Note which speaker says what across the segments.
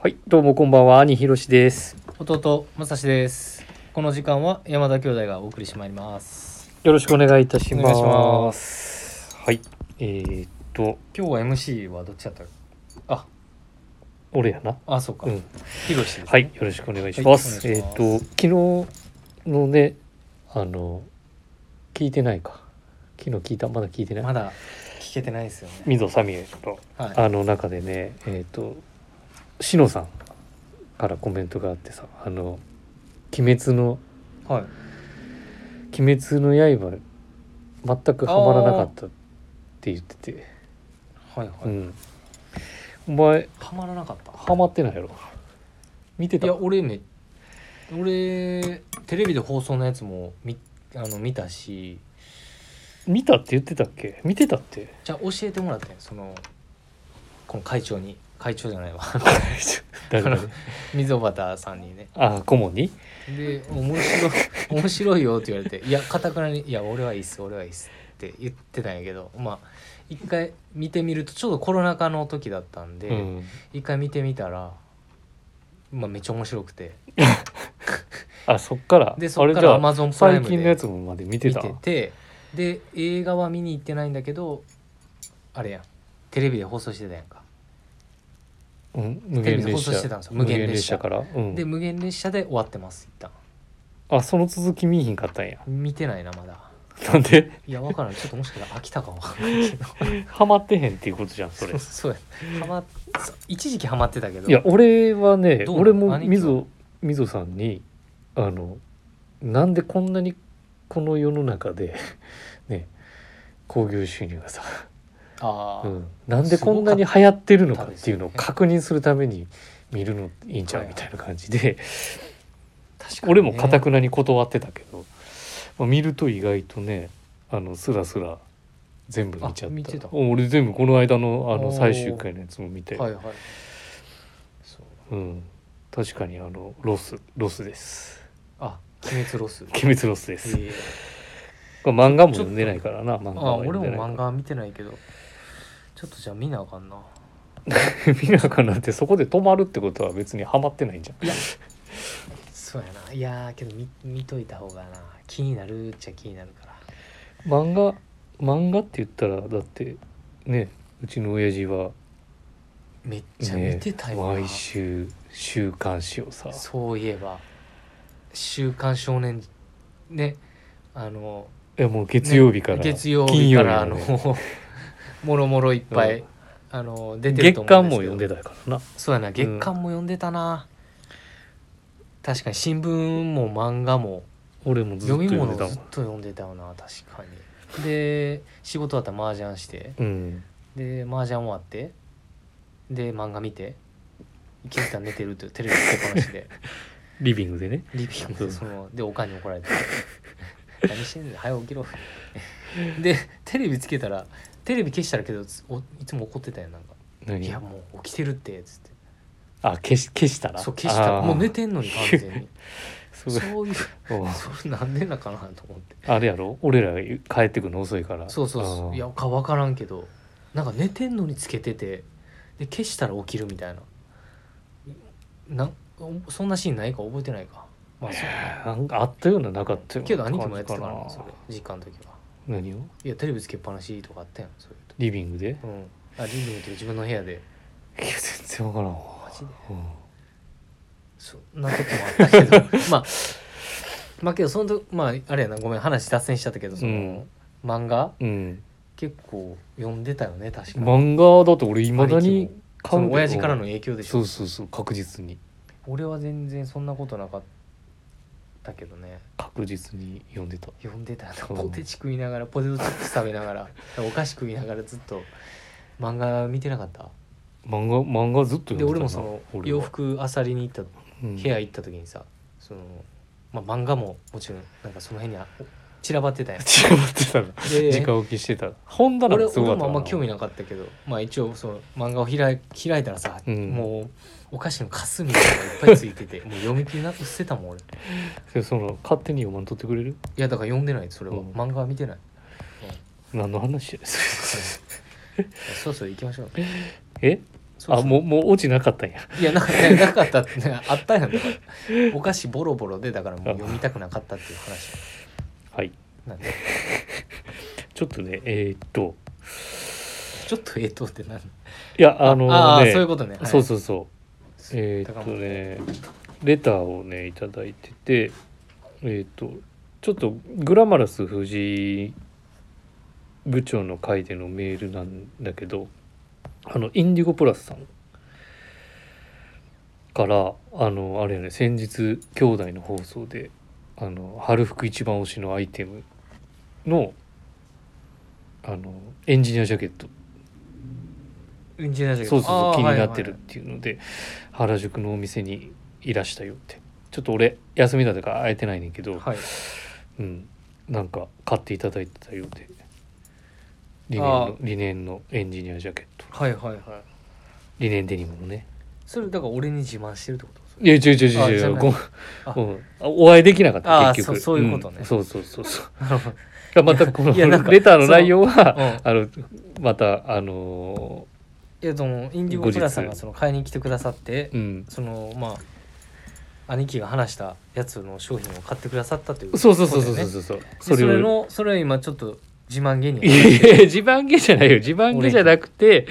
Speaker 1: はい、どうもこんばんは、兄ひろしです。
Speaker 2: 弟まさしですこの時間は山田兄弟がお送りしてまいります
Speaker 1: よろしくお願いいたします。
Speaker 2: お願いします
Speaker 1: はい、えー、っと、
Speaker 2: 今日は MC はどっちだったあ
Speaker 1: 俺やな。
Speaker 2: あそうか、
Speaker 1: うん、
Speaker 2: ひろしです、ね、
Speaker 1: はい、よろしくお願いします。
Speaker 2: はいお願
Speaker 1: え
Speaker 2: いします
Speaker 1: ー、っと、昨日のね、あの、聞いてないか。昨日聞いた、まだ聞いてない。
Speaker 2: まだ聞けてないですよね
Speaker 1: 水野サミュエルと、
Speaker 2: はい
Speaker 1: あの中でね、えー、っと、しのさんからコメントがあってさ、あの、鬼滅の、
Speaker 2: はい
Speaker 1: 鬼滅の刃、全くハマらなかったって言ってて。
Speaker 2: はいは
Speaker 1: う
Speaker 2: い、
Speaker 1: ん、お前
Speaker 2: ハマらなかった
Speaker 1: ハマってないやろ見て
Speaker 2: い
Speaker 1: た
Speaker 2: や俺め俺テレビで放送のやつも見あの見たし
Speaker 1: 見たって言ってたっけ見てた って
Speaker 2: じゃあ教えてもらってそのこの会長に会長じゃないわ
Speaker 1: 誰々
Speaker 2: 溝端さんにね
Speaker 1: あ顧問に
Speaker 2: で面 白い面白いよって言われて「いやかたくなにいや俺はいいっす俺はいいっす」って言ってたんやけどまあ一回見てみるとちょうどコロナ禍の時だったんで、
Speaker 1: うん
Speaker 2: 一回見てみたら、まあ、めっちゃ面白くて
Speaker 1: あそっから
Speaker 2: でそっ
Speaker 1: あ
Speaker 2: か
Speaker 1: れじ
Speaker 2: ら
Speaker 1: ゃ
Speaker 2: ア
Speaker 1: あ
Speaker 2: マゾンプライ
Speaker 1: 最
Speaker 2: ム
Speaker 1: 近のや
Speaker 2: で
Speaker 1: つもまで見て
Speaker 2: 見
Speaker 1: た
Speaker 2: ててで映画は見に行ってないんだけどあれやんテレビで放送してたやんか。
Speaker 1: うん、無
Speaker 2: テ
Speaker 1: 限
Speaker 2: レビで
Speaker 1: 列
Speaker 2: 放送
Speaker 1: 車
Speaker 2: してたんですよ無限列車
Speaker 1: から、うん、
Speaker 2: で無限列車で終わってます一旦
Speaker 1: あその続き見ひんかったんや
Speaker 2: 見てないなまだ
Speaker 1: なん で
Speaker 2: いやわからんちょっともしかしたら飽きたかもわからんけど
Speaker 1: ハマってへんっていうことじゃんそれ
Speaker 2: そうやハマっそう一時期ハマってたけど
Speaker 1: いや俺はね
Speaker 2: どうなの
Speaker 1: 俺も
Speaker 2: 兄貴
Speaker 1: み
Speaker 2: は
Speaker 1: ぞみぞさんにあのなんでこんなにこの世の中で ね興行収入がさ、
Speaker 2: あー、
Speaker 1: うん、なんでこんなに流行ってるのか
Speaker 2: すごか
Speaker 1: っ
Speaker 2: った
Speaker 1: ていうのを確認するために見るのいいんちゃうみたいな感じで
Speaker 2: 確
Speaker 1: 俺もかた
Speaker 2: ね
Speaker 1: くなに断ってたけど、まあ、見ると意外とねあのスラスラ全部見ちゃ
Speaker 2: あ見て
Speaker 1: ったた俺全部この間のあの
Speaker 2: おー
Speaker 1: 最終回のやつも見て、
Speaker 2: はいはいそう
Speaker 1: うん、確かにあのロスロスです。
Speaker 2: あ鬼滅ロス
Speaker 1: 鬼滅ロスです。
Speaker 2: ええ
Speaker 1: これ漫画も読んでないからな、漫画
Speaker 2: あ
Speaker 1: は
Speaker 2: 俺
Speaker 1: 読ん
Speaker 2: も
Speaker 1: でない
Speaker 2: 漫
Speaker 1: か
Speaker 2: 画は見てないけどちょっとじゃあ見なあかんな
Speaker 1: ら。見なかなんてそこで止まるってことは別にハマってないんじゃん。
Speaker 2: いやそうやないやーけど見見といた方がな気になるっちゃ気になるから
Speaker 1: 漫画漫画って言ったらだってね、うちの親父は
Speaker 2: めっちゃ見
Speaker 1: ね
Speaker 2: てた、よな、
Speaker 1: 毎週週刊誌をさ、
Speaker 2: そういえば「週刊少年」ねあの
Speaker 1: いやもう月曜日から、
Speaker 2: ね月曜日からあ
Speaker 1: 金曜
Speaker 2: の
Speaker 1: 日まで
Speaker 2: もろもろいっぱい、
Speaker 1: うん
Speaker 2: あの出てると
Speaker 1: 月
Speaker 2: 思
Speaker 1: 刊
Speaker 2: うん
Speaker 1: も
Speaker 2: ですけ
Speaker 1: 読
Speaker 2: ど
Speaker 1: んでたからな。
Speaker 2: そうやな月刊も読んでたな、確かに新聞も漫画も
Speaker 1: 俺もずっと
Speaker 2: 読み
Speaker 1: 読ん
Speaker 2: 物
Speaker 1: でた
Speaker 2: を
Speaker 1: も
Speaker 2: ずっ
Speaker 1: ん。
Speaker 2: と読んでたよな確かにで仕事終わったら麻雀して
Speaker 1: うん。
Speaker 2: で麻雀終わってで漫画見て気づいたら寝てるというテレビつけっぱなし で
Speaker 1: リビングでね。
Speaker 2: リビング
Speaker 1: うん
Speaker 2: でそのでおかんに怒られて「何してんねん早起きろ」でテレビつけたらテレビ消したらけどつおいつも怒ってたやんなんか「い
Speaker 1: 何
Speaker 2: やもう起きてるって」つって
Speaker 1: あ消し消したら
Speaker 2: そう消した
Speaker 1: あー
Speaker 2: もう寝てんのに完全 に
Speaker 1: すごい
Speaker 2: そうい
Speaker 1: お
Speaker 2: う
Speaker 1: う
Speaker 2: それなんでなかなと思って
Speaker 1: あれやろ俺らが帰ってくるの遅いから
Speaker 2: そうそうそ
Speaker 1: あ
Speaker 2: う
Speaker 1: ー
Speaker 2: いやか分からんけどなんか寝てんのにつけててで消したら起きるみたいななんおそんなシーンないか覚えてないかまあそう
Speaker 1: なんかあったようななかったような
Speaker 2: けど兄貴もやってたからな
Speaker 1: 感じ
Speaker 2: それ実家の時は
Speaker 1: 何を
Speaker 2: いやテレビつけっぱなしとかあったやんそういう
Speaker 1: リビングでいや
Speaker 2: とうんあリビングというか自分の部屋で
Speaker 1: 全然わからんわ
Speaker 2: マジで
Speaker 1: うん
Speaker 2: そんな時もあったけど まあまあけどその時まああれやなごめん話脱線しちゃったけどその、
Speaker 1: うん
Speaker 2: 漫画
Speaker 1: うん、
Speaker 2: 結構読んでたよね確かに
Speaker 1: 漫画だと俺いまだに
Speaker 2: 兄
Speaker 1: 買
Speaker 2: 貴もそうの
Speaker 1: で
Speaker 2: 親父からの影響でし
Speaker 1: そ
Speaker 2: ょ
Speaker 1: うそうそう確実に
Speaker 2: 俺は全然そんなことなかったけどね
Speaker 1: 確実に読んでた
Speaker 2: 読んでた
Speaker 1: うん
Speaker 2: のポテチ食いながらポテトチップス食べなが らお菓子食いながらずっと漫画見てなかった
Speaker 1: 漫画漫画ずっと読んでたな
Speaker 2: で俺もその
Speaker 1: 俺は
Speaker 2: 洋服あさりに行った
Speaker 1: うん
Speaker 2: 部屋行った時にさその、まあ、漫画ももちろんなんかその辺にあ散らばって たやん
Speaker 1: 散らばってたな
Speaker 2: で
Speaker 1: 直置きしてた本棚
Speaker 2: 俺
Speaker 1: がすごか
Speaker 2: 俺
Speaker 1: った
Speaker 2: もあんま興味
Speaker 1: な
Speaker 2: なかったけどまあ一応その漫画を開い開いたらさ、
Speaker 1: うん
Speaker 2: もうお菓子のかすみたいなのがいっぱいつい ててもう読み切りなくしてたもん俺
Speaker 1: でその勝手に読まんとってくれる
Speaker 2: いやだから読んでないそれは、
Speaker 1: うん
Speaker 2: 漫画は見てない
Speaker 1: 何の話やねんそれ
Speaker 2: そろそろ行きましょう
Speaker 1: え
Speaker 2: そうそう
Speaker 1: あもうもう落ちなかったんや
Speaker 2: いやなかったなかったってねあったやんだか らお菓子ボロボロでだからもう読みたくなかったっていう話
Speaker 1: はい
Speaker 2: なんで
Speaker 1: ちょっとねえーっと
Speaker 2: ちょっとええとってなん
Speaker 1: いやあの
Speaker 2: ああ
Speaker 1: ね
Speaker 2: そういうことね、はい
Speaker 1: そうそうそうえー
Speaker 2: 高
Speaker 1: っと
Speaker 2: 松
Speaker 1: ねレターをねいただいててえーっとちょっとグラマラス藤井部長の回でのメールなんだけどあのインディゴプラスさんからあのあれやね先日兄弟の放送であの春服一番推しのアイテムのあのエンジニアジャケット
Speaker 2: エンジニアジャケッ
Speaker 1: そ
Speaker 2: ト
Speaker 1: うそう
Speaker 2: あ
Speaker 1: そ
Speaker 2: ー
Speaker 1: う気になってるっ
Speaker 2: はい
Speaker 1: ていうので、原宿のお店にいらしたよってちょっと俺休みだったから会えてないねんけど、
Speaker 2: はいはい
Speaker 1: うん、なんか買っていただいてたようでリネン
Speaker 2: あ
Speaker 1: の
Speaker 2: ー
Speaker 1: リネンのエンジニアジャケット
Speaker 2: はいはいはい
Speaker 1: リネンデニムのね
Speaker 2: それだから俺に自慢してるってこと
Speaker 1: いや違う違う
Speaker 2: あ
Speaker 1: 違う
Speaker 2: じ
Speaker 1: 違
Speaker 2: ゃ
Speaker 1: う
Speaker 2: ない
Speaker 1: ご
Speaker 2: あ
Speaker 1: めんうんあお会いできなかった
Speaker 2: あー
Speaker 1: 結局
Speaker 2: そそういうことね
Speaker 1: んそうそうそうそう
Speaker 2: なるほど
Speaker 1: だからまたこの
Speaker 2: いやなんか
Speaker 1: レターの内容は
Speaker 2: うん
Speaker 1: あのまたあの
Speaker 2: いやでもインディゴプラさんがその買いに来てくださって
Speaker 1: ー、うん
Speaker 2: そのまあ兄貴が話したやつの商品を買ってくださったという
Speaker 1: そうそうそうそう
Speaker 2: ことだよね
Speaker 1: そうそう
Speaker 2: でそ
Speaker 1: を
Speaker 2: れのそれは今ちょっと自慢げに
Speaker 1: いやいや自慢げじゃないよ自慢げじゃなくて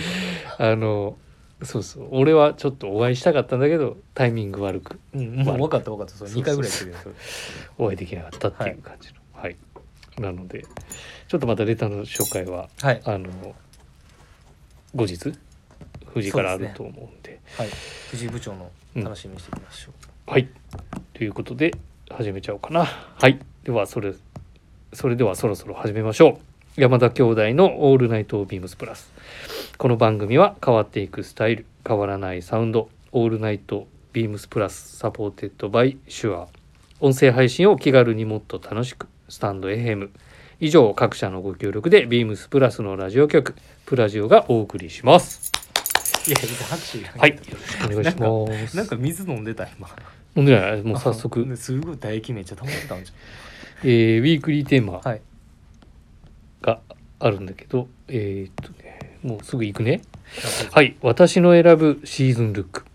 Speaker 1: あのそうそう俺はちょっとお会いしたかったんだけどタイミング悪く
Speaker 2: うん、 もう分かった分かったそれ
Speaker 1: そうそう
Speaker 2: 2回ぐらい言ってるよそれ
Speaker 1: お会いできなかったっていう感じのはい、なのでちょっとまたレターの紹介は
Speaker 2: はい
Speaker 1: あの後日富士からあると思うんで
Speaker 2: はい藤井部長の
Speaker 1: うん
Speaker 2: 楽しみにしていきましょう、
Speaker 1: はいということで始めちゃおうかなはいではそれそれではそろそろ始めましょう山田兄弟の「オールナイトビームスプラス」この番組は変わっていくスタイル変わらないサウンド「オールナイトビームスプラス」サポーテッドバイシュア音声配信を気軽にもっと楽しくスタンド FM 以上各社のご協力でビームスプラスのラジオ局プラジオがお送りします
Speaker 2: い、やいや拍手いらんけど
Speaker 1: はいよろしくお願いします
Speaker 2: なんか水飲んでた今
Speaker 1: ほんでないもう早速
Speaker 2: あすごい唾液めっちゃ溜まってたんじ
Speaker 1: えーウィークリーテーマ
Speaker 2: ゃんはい
Speaker 1: があるんだけど、えーっとね、もうすぐ行くね。はい、私の選ぶシーズンルック。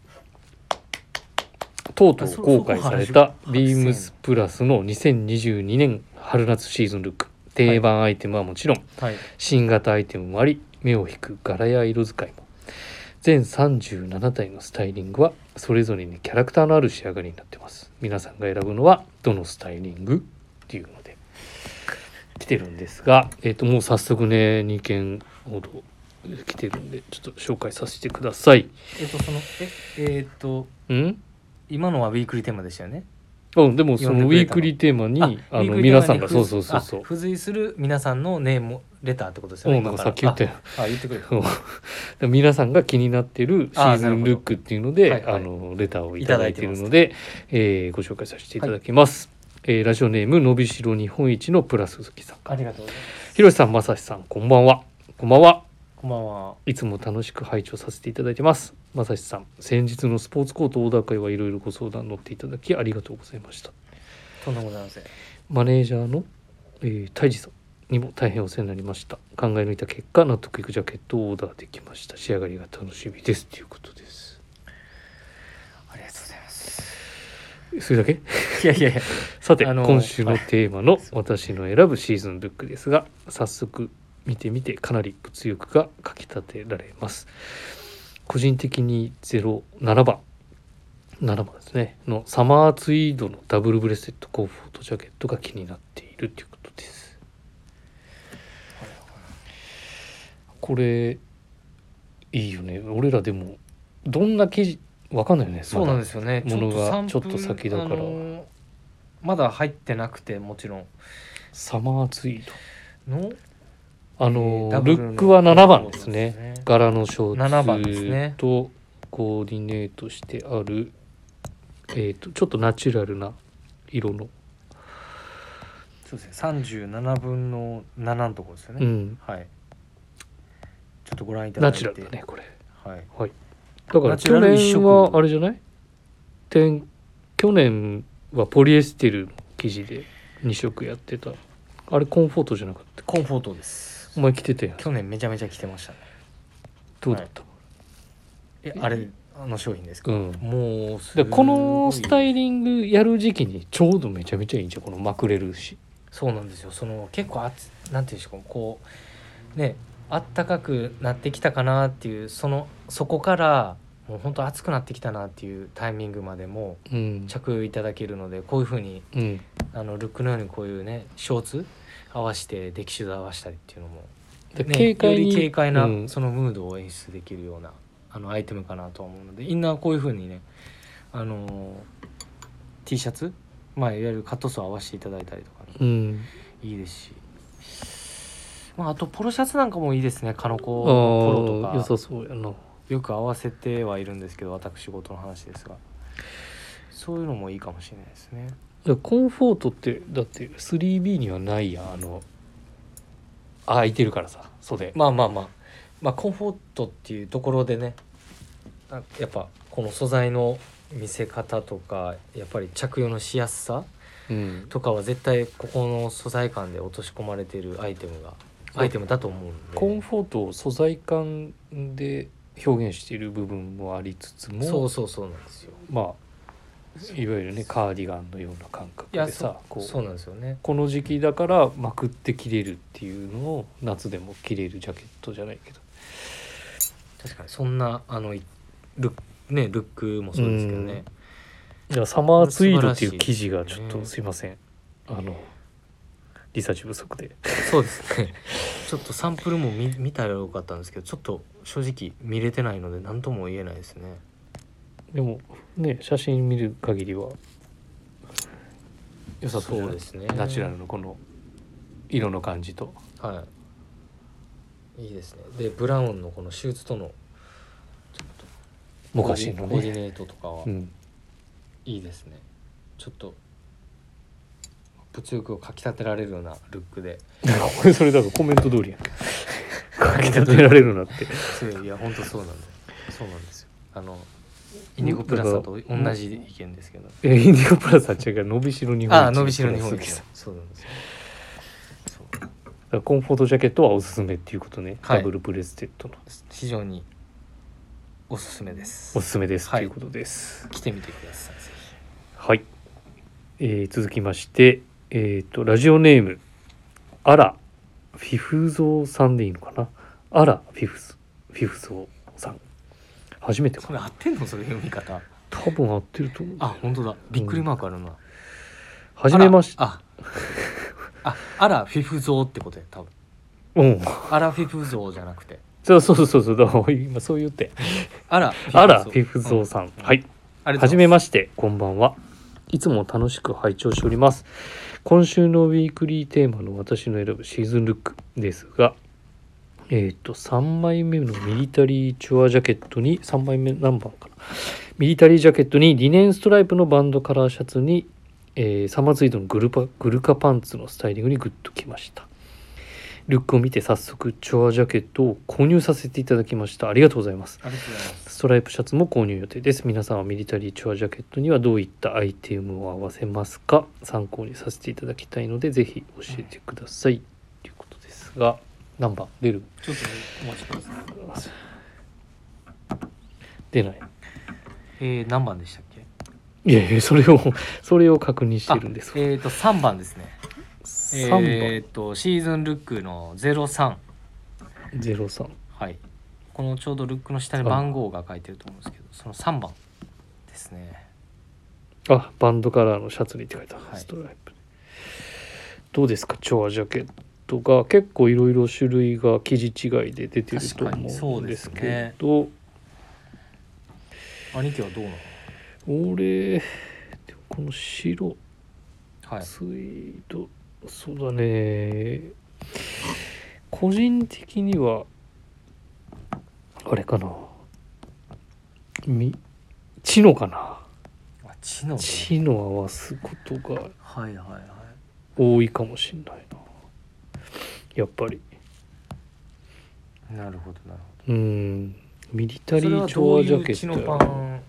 Speaker 1: とうと
Speaker 2: あ
Speaker 1: う
Speaker 2: そ
Speaker 1: 公開され
Speaker 2: そこ
Speaker 1: た
Speaker 2: 原宿
Speaker 1: ビームスプラスの2022年春夏シーズンルック。定番アイテムはもちろん、
Speaker 2: はい
Speaker 1: 新型アイテムもあり、目を引く柄や色使いも。全37体のスタイリングはそれぞれにキャラクターのある仕上がりになってます。皆さんが選ぶのはどのスタイリングっていうので来てるんですが、えっともう早速ね2件ほど来てるんでちょっと紹介させてください。
Speaker 2: えっとそのええーっと
Speaker 1: うん
Speaker 2: 今のはウィークリーテーマでしたよね
Speaker 1: うん、でもそ
Speaker 2: 呼
Speaker 1: の
Speaker 2: ん
Speaker 1: ウ
Speaker 2: で
Speaker 1: ィーク
Speaker 2: くれたの
Speaker 1: リーテーマにあ
Speaker 2: ウィー
Speaker 1: の
Speaker 2: クリー
Speaker 1: 皆
Speaker 2: テーマに
Speaker 1: さんが
Speaker 2: 付
Speaker 1: そう
Speaker 2: 随
Speaker 1: そうそうそう
Speaker 2: あ付随する皆さんのネームレターってことですよね
Speaker 1: うんなんか
Speaker 2: 今
Speaker 1: さ
Speaker 2: ら
Speaker 1: っき言ったよ
Speaker 2: ああ言ってくれた
Speaker 1: うんで 皆さんが気になってるシーズンルックっていうのであ、
Speaker 2: あーなるほど
Speaker 1: のレターをいただいているので、えーご紹介させていただきます。えーラジオネームのびしろ日本一のプラス好きさん。
Speaker 2: ありがとうございます
Speaker 1: ひろしさん、まさしさん、こんばんは。こんばんは。
Speaker 2: こんばんはい
Speaker 1: つも楽しく拝聴させていただいてます。まさしさん、先日のスポーツコートオーダー会はいろいろご相談乗っていただきありがとうございました。
Speaker 2: とんでもございません
Speaker 1: マネージャーの、えー、泰治さんにも大変お世話になりました。考え抜いた結果、納得いくジャケットをオーダーできました。仕上がりが楽しみです。ということです。
Speaker 2: ありがとうございます
Speaker 1: それだけ
Speaker 2: いやいやいや
Speaker 1: さて、
Speaker 2: あのー
Speaker 1: 今週のテーマの
Speaker 2: はい
Speaker 1: 私の選ぶシーズンルックですが、早速見てみてかなり物欲がかきたてられます。個人的に07番7番ですねのサマーツイードのダブルブレスレットコンフォートジャケットが気になっているということですこれいいよね俺らでもどんな生地わかんないよね
Speaker 2: そうなん
Speaker 1: で
Speaker 2: ですよね。
Speaker 1: ものが
Speaker 2: 散布
Speaker 1: ちょっと先だから
Speaker 2: あのまだ入ってなくてもちろん
Speaker 1: すサマーツイー
Speaker 2: の、
Speaker 1: ドあ
Speaker 2: え
Speaker 1: の
Speaker 2: ー
Speaker 1: ー
Speaker 2: ダブ
Speaker 1: ル
Speaker 2: の
Speaker 1: ックは7番ですね
Speaker 2: そうですね
Speaker 1: 柄のショ
Speaker 2: 7番です
Speaker 1: ー
Speaker 2: ね
Speaker 1: ツとコーディネートしてある、えー、とちょっとナチュラルな色の、
Speaker 2: そうですね。三十七分の七のところですよ
Speaker 1: う
Speaker 2: ね。
Speaker 1: ん、
Speaker 2: はい。ちょっとご覧いただ
Speaker 1: ナ
Speaker 2: い
Speaker 1: チ
Speaker 2: て。
Speaker 1: ュラルだねこれ
Speaker 2: はい。
Speaker 1: だから
Speaker 2: ナチ
Speaker 1: 去
Speaker 2: ュラル一
Speaker 1: 年
Speaker 2: 色
Speaker 1: はあれじゃない天去年はポリエステルの生地で2色やってたあれコンフォートじゃなかった
Speaker 2: コンフォートです
Speaker 1: お。前着てたやん
Speaker 2: 去年めちゃめちゃ着てましたね。
Speaker 1: どうだった、
Speaker 2: いえあれあの商品ですか、
Speaker 1: うん
Speaker 2: もうすご
Speaker 1: で
Speaker 2: い
Speaker 1: このスタイリングやる時期にちょうどめちゃめちゃいいんじゃんこのまくれるし
Speaker 2: そうなんですよその結構あつなんていうんでしょうかこうねあったかくなってきたかなっていうそのそこからもう本当暑くなってきたなっていうタイミングまでも
Speaker 1: うん、
Speaker 2: 着用いただけるのでこういうふうに
Speaker 1: うん、
Speaker 2: あのルックのようにこういうねショーツ合わせてデキシュード合わせたりっていうのも、
Speaker 1: で
Speaker 2: ね、
Speaker 1: 軽快
Speaker 2: よ
Speaker 1: に
Speaker 2: り軽快な、
Speaker 1: うん
Speaker 2: そのムードを演出できるようなあのアイテムかなとは思うのでインナーこういうふうにねあのー T シャツまあいわゆるカットソー合わせていただいたりとかね、
Speaker 1: うん
Speaker 2: いいですし、まあ、あとポロシャツなんかもいいですねカノ
Speaker 1: あ
Speaker 2: コのポ
Speaker 1: あ
Speaker 2: ロ
Speaker 1: 良
Speaker 2: と
Speaker 1: さ
Speaker 2: か
Speaker 1: そうやな
Speaker 2: よく合わせてはいるんですけど私事の話ですがそういうのもいいかもしれないですね
Speaker 1: でコンフォートってだって 3B にはないやんあのあ開いてるからさ袖
Speaker 2: まあまあまあまあコンフォートっていうところでねあやっぱこの素材の見せ方とかやっぱり着用のしやすさ
Speaker 1: うん
Speaker 2: とかは絶対ここの素材感で落とし込まれてるアイテムが
Speaker 1: そう
Speaker 2: アイテムだと思うんで
Speaker 1: コンフォートを素材感で表現している部分もありつつも
Speaker 2: そうそうそうなんですよ
Speaker 1: まあいわゆるねカーディガンのような感覚
Speaker 2: いや
Speaker 1: でさこ
Speaker 2: そ
Speaker 1: う
Speaker 2: うそうなんですよね
Speaker 1: この時期だからまくって着れるっていうのを夏でも着れるジャケットじゃないけど
Speaker 2: 確かにそんなあのいルックねルックもそうですけどね
Speaker 1: いやサマーツイードっていう記事が
Speaker 2: 素
Speaker 1: ち
Speaker 2: 晴
Speaker 1: ょっ
Speaker 2: らしい
Speaker 1: とすいませんあのリサーチ不足で
Speaker 2: そうですねちょっとサンプルも見見たらよかったんですけどちょっと正直見れてないので何とも言えないですね
Speaker 1: でもね写真見る限りは良さそうじゃない
Speaker 2: ですね
Speaker 1: ナチュラルのこの色の感じと
Speaker 2: はいいいですねでブラウンのこのシューズとの
Speaker 1: モカシンの
Speaker 2: コーディ
Speaker 1: ね、
Speaker 2: ネートとかは
Speaker 1: うん、
Speaker 2: いいですね、ちょっと物欲をかきたてられるようなルックで
Speaker 1: これそれだからコメント通りやんかき立てられるなって
Speaker 2: 強いいや本当そうなんだそうなんですよあのイニゴプラザと同じ意見ですけど
Speaker 1: えインディゴプラザ違うから伸びしろ日本一
Speaker 2: ああ伸びしろ日本一
Speaker 1: だ
Speaker 2: だそうなんですよそう
Speaker 1: からコンフォートジャケットはおすすめっていうことね、
Speaker 2: はい
Speaker 1: ダブルブレステッドの
Speaker 2: 非常におすすめです
Speaker 1: おすすめですと
Speaker 2: はい
Speaker 1: いうことです
Speaker 2: 来てみてくださいぜひ
Speaker 1: はい、えー続きましてえっ、とラジオネームあらフィフゾーさんでいいのかなあらフィフスフィフゾーさん初めてか
Speaker 2: そ
Speaker 1: な
Speaker 2: れ合ってんのそれ読み方
Speaker 1: 多分合ってると思う
Speaker 2: あ本当だびっくりマークあるな
Speaker 1: 初めまして
Speaker 2: あらあああらフィフゾーってことや多
Speaker 1: う
Speaker 2: 分
Speaker 1: ん
Speaker 2: あらフィフゾーじゃなくて
Speaker 1: そうそうそうそうだから今そう言って
Speaker 2: あら
Speaker 1: あらフィフゾーさん、はいはじめ
Speaker 2: ま
Speaker 1: まして、こんばんは。いつも楽しく拝聴しております。今週のウィークリーテーマの私の選ぶシーズンルックですが、えっ、と、3枚目のミリタリーチュアジャケットに、3枚目何番かな。ミリタリージャケットにリネンストライプのバンドカラーシャツに、えーサマーツイードのグルパグルカパンツのスタイリングにグッときました。ルックを見て早速チュアジャケットを購入させていただきました。ありがとうございます。
Speaker 2: ありがとうございます
Speaker 1: ストライプシャツも購入予定です。皆さんはミリタリーチュアジャケットにはどういったアイテムを合わせますか参考にさせていただきたいので、ぜひ教えてください。ということですが、何番出る
Speaker 2: ちょっとお待ちください
Speaker 1: 出ない。
Speaker 2: えー、何番でしたっけ
Speaker 1: いやいや、それを、それを確認してるんです
Speaker 2: あ。えっ、ー、と3番ですね
Speaker 1: 3番、
Speaker 2: えっ、ー、とシーズンルックの03
Speaker 1: 03。
Speaker 2: はいこのちょうどルックの下に番号が書いてると思うんですけどその3番ですね
Speaker 1: あ、バンドカラーのシャツにって書いてある、
Speaker 2: はい
Speaker 1: ストライプ。どうですか、チュアジャケットが結構いろいろ種類が生地違いで出てると
Speaker 2: 確かに
Speaker 1: 思
Speaker 2: そううんで
Speaker 1: ですす
Speaker 2: ね
Speaker 1: けど、
Speaker 2: 兄貴はどうなの
Speaker 1: 俺でもこの白
Speaker 2: はい
Speaker 1: ツイート、そうだね個人的にはあれかなみチノかな
Speaker 2: あ知能ね
Speaker 1: チノ合わすことが
Speaker 2: はいはいはい
Speaker 1: 多いかもしんないなやっぱり
Speaker 2: なるほどなる
Speaker 1: うんミリタ
Speaker 2: ほど
Speaker 1: リーチョアジャケットやな
Speaker 2: ン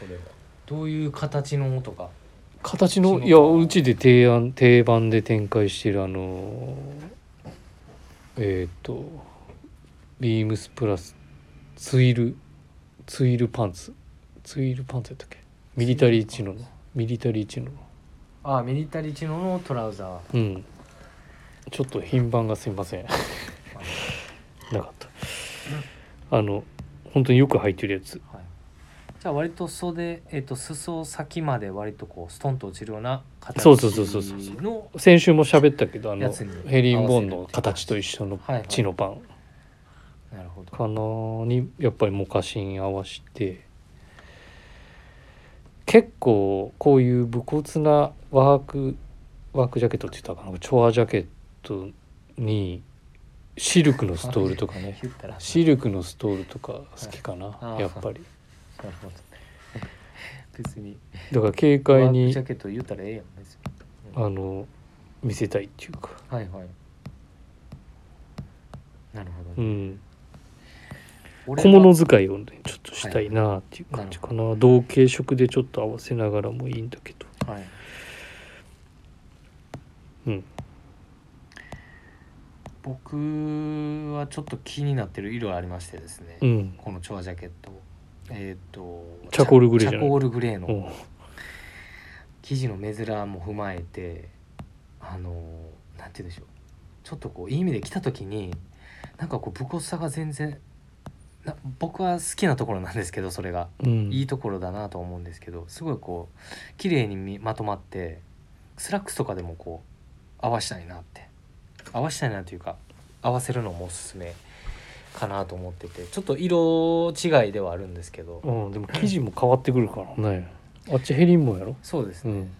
Speaker 2: それはどういう形のとか
Speaker 1: 形の
Speaker 2: チノ
Speaker 1: いやうちで提案定番で展開してるあのーえっ、とビームスプラスツイルツイルパンツツイルパンツやったっけミリタリーチノのミリタリーチノの
Speaker 2: あミリタリーチノのトラウザー
Speaker 1: うんちょっと品番がすいません なかったあの本当によく履いてるやつ
Speaker 2: はい、じゃあ割と袖、えっと裾先まで割とこうストンと落ちるような形
Speaker 1: そうそうそうそうそう
Speaker 2: の
Speaker 1: 先週も喋ったけどあの
Speaker 2: やつに
Speaker 1: ヘリンボーンの形と一緒の
Speaker 2: はいはい
Speaker 1: チノパン
Speaker 2: なるほど
Speaker 1: かなにやっぱりモカシン合わして結構こういう武骨なワークワークジャケットって言ったかなチョアジャケットにシルクのストールとかね
Speaker 2: 言ったら
Speaker 1: シルクのストールとか好きかな、
Speaker 2: はい
Speaker 1: やっぱり
Speaker 2: なるほど 別に
Speaker 1: だから軽快
Speaker 2: ワーク
Speaker 1: に
Speaker 2: ジャケット言ったらええやん別に
Speaker 1: あの見せたいっていうか
Speaker 2: はいはいなるほど、
Speaker 1: うん
Speaker 2: 俺は
Speaker 1: 小物使いをねちょっとしたいなっていう感じかな、同系色でちょっと合わせながらもいいんだけど
Speaker 2: はい
Speaker 1: うん
Speaker 2: 僕はちょっと気になってる色ありましてですね、
Speaker 1: うん
Speaker 2: このチョアジャケットえっ、と
Speaker 1: チャコールグレーじゃない
Speaker 2: チャコールグレーの
Speaker 1: おう
Speaker 2: 生地の目面も踏まえてあのなんて言うんでしょうちょっとこういい意味で来た時になんかこう武骨さが全然な僕は好きなところなんですけどそれが
Speaker 1: うん
Speaker 2: いいところだなと思うんですけどすごいこう綺麗にみまとまってスラックスとかでもこう合わしたいなって合わしたいなというか合わせるのもおすすめかなと思っててちょっと色違いではあるんですけど
Speaker 1: うん、でも生地も変わってくるからねあっちヘリンボーンやろ
Speaker 2: そうです
Speaker 1: う
Speaker 2: ね、
Speaker 1: ん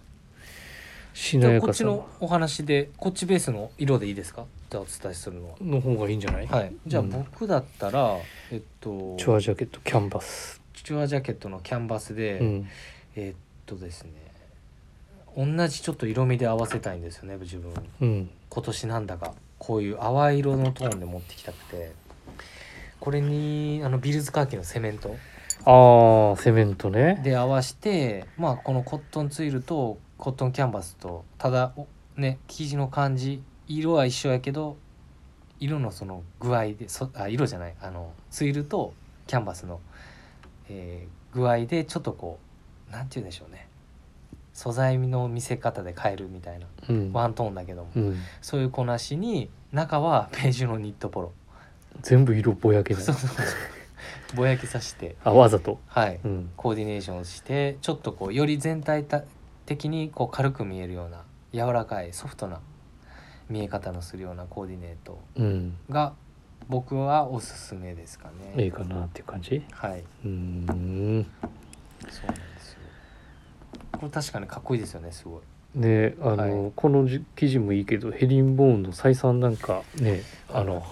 Speaker 1: し
Speaker 2: じ
Speaker 1: な
Speaker 2: ゃあ
Speaker 1: や
Speaker 2: こっ
Speaker 1: か
Speaker 2: ち
Speaker 1: さ
Speaker 2: のお話でこっちベースの色でいいですかじゃあお伝えするのは
Speaker 1: の方がいいんじゃない、
Speaker 2: はいじゃあ
Speaker 1: うん
Speaker 2: 僕だったら、えっと
Speaker 1: チュアジャケットキャンバス、
Speaker 2: チュアジャケットのキャンバスで、
Speaker 1: うん、
Speaker 2: えっとですね同じちょっと色味で合わせたいんですよね自分
Speaker 1: うん
Speaker 2: 今年なんだかこういう淡い色のトーンで持ってきたくてこれにあのビルズカーキのセメント
Speaker 1: ああセメントね
Speaker 2: で合わせてまあこのコットンツイルとコットンキャンバスとただおね生地の感じ色は一緒やけど色のその具合でそあ色じゃないあのツイルとキャンバスの、えー具合でちょっとこうなんて言うんでしょうね素材の見せ方で変えるみたいな
Speaker 1: うん、
Speaker 2: ワントーンだけども、
Speaker 1: うん、
Speaker 2: そういうこなしに中はベージュのニットポロ
Speaker 1: 全部色ぼやけだ
Speaker 2: そうそうそうぼやけさして
Speaker 1: あわざと、
Speaker 2: はい
Speaker 1: うん、
Speaker 2: コーディネーションしてちょっとこうより全体的にこう軽く見えるような柔らかいソフトな見え方のするようなコーディネート
Speaker 1: うん、
Speaker 2: が僕はおすすめですかね。
Speaker 1: ええかなっていう感じ
Speaker 2: はい
Speaker 1: うん
Speaker 2: そうなんですよこれ確かにかっこいいですよねすごい。
Speaker 1: であの、
Speaker 2: は
Speaker 1: このじ記事もいいけどヘリンボーンの採算なんかねあの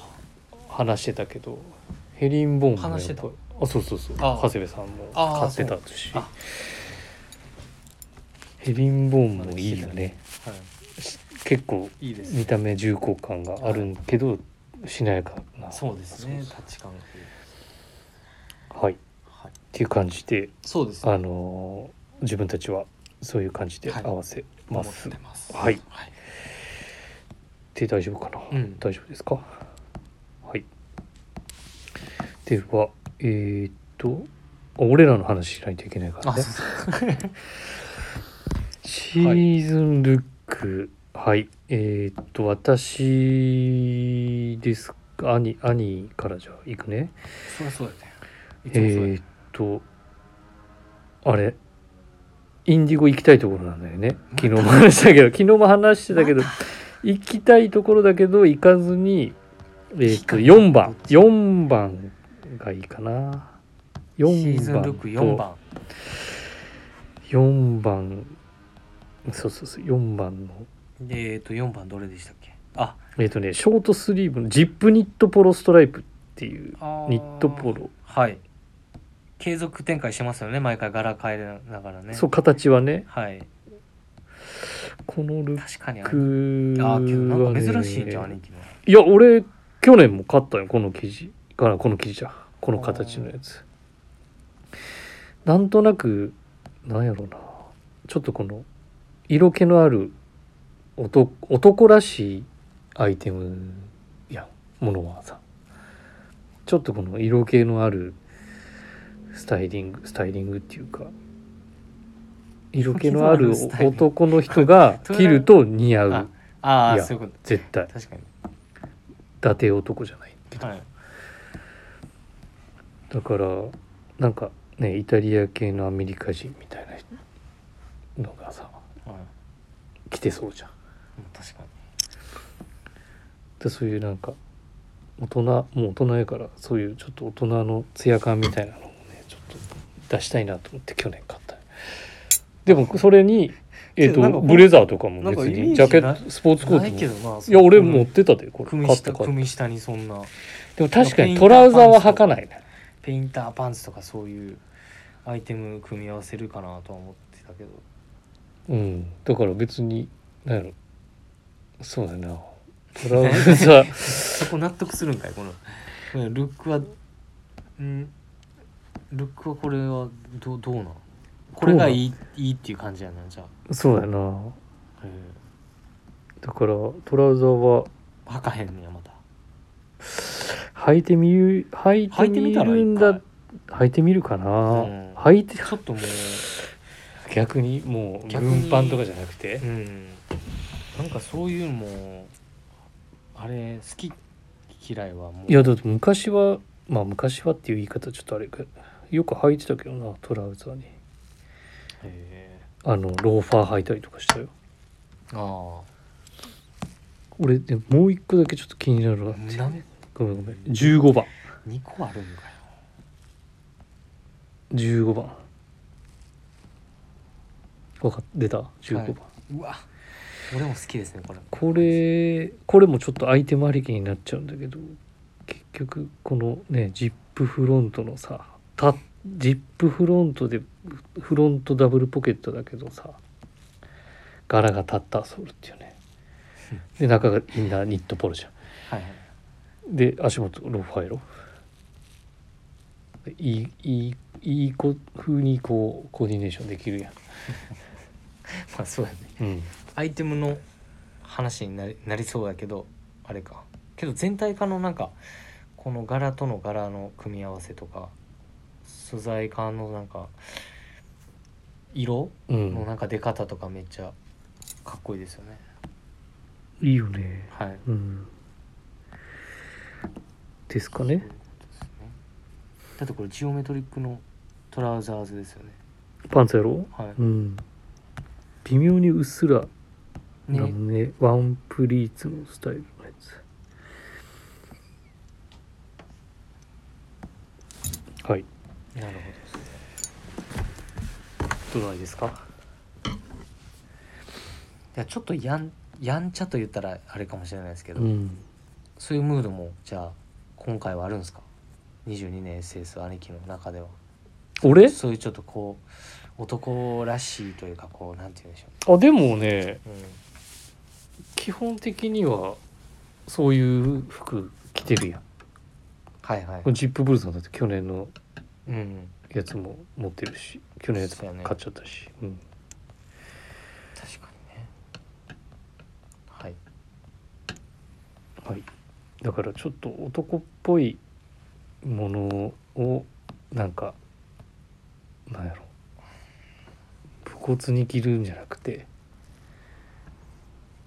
Speaker 1: 話してたけどヘリンボーンもやっぱ
Speaker 2: 話してた
Speaker 1: あそうそうそう
Speaker 2: あ
Speaker 1: 長谷部さんも
Speaker 2: あ
Speaker 1: 買ってたし
Speaker 2: そうあ
Speaker 1: ヘリンボーンもいいよね
Speaker 2: は
Speaker 1: 結構
Speaker 2: い、いいです
Speaker 1: 見た目重厚感があるけどしなやかな
Speaker 2: そうですね
Speaker 1: そ
Speaker 2: タッチ感がいい、
Speaker 1: はいっ
Speaker 2: はい、
Speaker 1: ていう感じで
Speaker 2: そうですね
Speaker 1: あの自分たちはそういう感じで合わせ
Speaker 2: 思
Speaker 1: ま
Speaker 2: っ
Speaker 1: す、
Speaker 2: てます。
Speaker 1: はい
Speaker 2: はい
Speaker 1: で大丈夫かな、
Speaker 2: うん
Speaker 1: 大丈夫ですかはいではえーっとあ俺らの話しないといけないから
Speaker 2: あ
Speaker 1: ね
Speaker 2: そうそう
Speaker 1: シーズンルックはい、えーっと私ですか兄兄からじゃあ行くね
Speaker 2: そりゃそうだね。いつもそうだ
Speaker 1: え
Speaker 2: よ
Speaker 1: ーっとあれインディゴ行きたいところなんだよね昨日も話したけど昨日も話してたけど行きたいところだけど行かずにえーっと
Speaker 2: 引っかか
Speaker 1: 4番
Speaker 2: る
Speaker 1: 4番がいいかな
Speaker 2: シーズ
Speaker 1: 4
Speaker 2: ン
Speaker 1: 番
Speaker 2: ルック4
Speaker 1: と
Speaker 2: 番
Speaker 1: 4番そうそうそう4番の
Speaker 2: えっ、と4番どれでしたっけあ
Speaker 1: えーっとねショートスリーブのジップニットポロストライプっていうニットポロ、
Speaker 2: はい継続展開してますよね毎回柄変えながらね
Speaker 1: そう形はね
Speaker 2: はい
Speaker 1: このルッ
Speaker 2: 確かにあれ
Speaker 1: ク
Speaker 2: あ
Speaker 1: は、
Speaker 2: ー
Speaker 1: ね、
Speaker 2: けどなんか珍しいんじゃん兄貴の
Speaker 1: いや俺去年も買ったよこの生地からこの生地じゃこの形のやつなんとなくなんやろうなちょっとこの色気のある男男らしいアイテムやものはさちょっとこの色気のあるスタイリングスタイリングっていうか色気のある
Speaker 2: 色気のあるスタイリング
Speaker 1: 男の人が
Speaker 2: トゥーラ
Speaker 1: 着ると似合
Speaker 2: あ
Speaker 1: う
Speaker 2: あ
Speaker 1: い
Speaker 2: あ
Speaker 1: や
Speaker 2: そういうこと
Speaker 1: 絶対伊
Speaker 2: 確かに、
Speaker 1: 達男じゃない
Speaker 2: はい、
Speaker 1: だからなんかねイタリア系のアメリカ人みたいなのがさ
Speaker 2: はい
Speaker 1: 着てそうじゃん
Speaker 2: 確かに
Speaker 1: でそういうなんか大人もう大人やからそういうちょっと大人のツヤ感みたいなのもねちょっと出したいなと思って去年買ったでもそれ に、えー、
Speaker 2: けどなんか
Speaker 1: と
Speaker 2: こう
Speaker 1: ブレザーとかも
Speaker 2: なん
Speaker 1: 別
Speaker 2: かイメー
Speaker 1: に
Speaker 2: ジ
Speaker 1: ジャケ
Speaker 2: な
Speaker 1: ットスポーツコー
Speaker 2: な
Speaker 1: ト
Speaker 2: い
Speaker 1: も
Speaker 2: けどない
Speaker 1: や俺持
Speaker 2: も
Speaker 1: ってたでこれ
Speaker 2: 組
Speaker 1: 買った
Speaker 2: 下
Speaker 1: 買っ
Speaker 2: 組下にそんな
Speaker 1: たでも確か
Speaker 2: ペイ
Speaker 1: に
Speaker 2: ン
Speaker 1: トラウザーは履かないね
Speaker 2: ペインターパンツとかそういうアイテム組み合わせるかなとは思ってたけど
Speaker 1: うんだから別に何やろそうだ なトラウザー
Speaker 2: そこ納得するんかいこのこのルックはんルックはこれはどうどうなんこれがいいいいっていう感じやなじゃ
Speaker 1: そうだな
Speaker 2: あ、え
Speaker 1: だからトラウザーは
Speaker 2: ー、履かへんねやまた
Speaker 1: 履いてみる履い
Speaker 2: 履
Speaker 1: て
Speaker 2: いて
Speaker 1: み
Speaker 2: みたら
Speaker 1: るん
Speaker 2: 一
Speaker 1: だ
Speaker 2: 回
Speaker 1: 履いてみるかな、
Speaker 2: ん
Speaker 1: 履いて
Speaker 2: ちょっとも
Speaker 1: 逆にもう
Speaker 2: 逆に
Speaker 1: 運搬とかじゃなくて
Speaker 2: ううんなんかそういうのもあれ好き嫌いはもう
Speaker 1: いやだって昔はまあ昔はっていう言い方ちょっとあれかよく履いてたけどなトラウザーに
Speaker 2: え
Speaker 1: あのローファー履いたりとかしたよ
Speaker 2: ー、あ
Speaker 1: 俺でもう一個だけちょっと気になるのがあって
Speaker 2: あ
Speaker 1: ごめんごめん15番
Speaker 2: 2個あるんかよ
Speaker 1: 15番わかっ出た15番、
Speaker 2: はいうわ俺も好きですねこれ
Speaker 1: これこれもちょっとアイテムありきになっちゃうんだけど結局このねジップフロントのさたジップフロントでフロントダブルポケットだけどさ柄が立ったソールっていうねで中がインナーニットポロじゃ
Speaker 2: はいはい
Speaker 1: んで足元ローファイロいいいいいい子風にこうコーディネーションできるや
Speaker 2: まあそうやね
Speaker 1: ん、うん、
Speaker 2: アイテムの話になりなりそうだけどあれかけど全体化のなんかこの柄との柄の組み合わせとか素材感のなんか色
Speaker 1: うん
Speaker 2: のなんか出方とかめっちゃかっこいいですよね、
Speaker 1: いいよね
Speaker 2: はい
Speaker 1: うんですかね
Speaker 2: そういうことですねだってこれジオメトリックのトラウザーズですよね
Speaker 1: パンツやろ
Speaker 2: は
Speaker 1: うん微妙にうっすら
Speaker 2: い
Speaker 1: なの
Speaker 2: ね
Speaker 1: ねワンプリーツのスタイルのやつはい
Speaker 2: なるほどですね
Speaker 1: どうないですか
Speaker 2: いやちょっとやんやんちゃと言ったらあれかもしれないですけど、
Speaker 1: うん
Speaker 2: そういうムードもじゃあ今回はあるんですか22年 SS 兄貴の中では
Speaker 1: 俺
Speaker 2: そういうちょっとこう男らしいというかこうなんて言うんでしょ
Speaker 1: あでもね
Speaker 2: う、うん、
Speaker 1: 基本的にはそういう服着てるやん
Speaker 2: はいはい
Speaker 1: このジップブルーさんだって去年の
Speaker 2: うん
Speaker 1: やつも持ってるし去年のやつ
Speaker 2: そう
Speaker 1: も
Speaker 2: やね
Speaker 1: 買っちゃったしう,、ん
Speaker 2: 確かにねはい
Speaker 1: はい、だからちょっと男っぽいものをなんかなんやろ武骨に着るんじゃなくて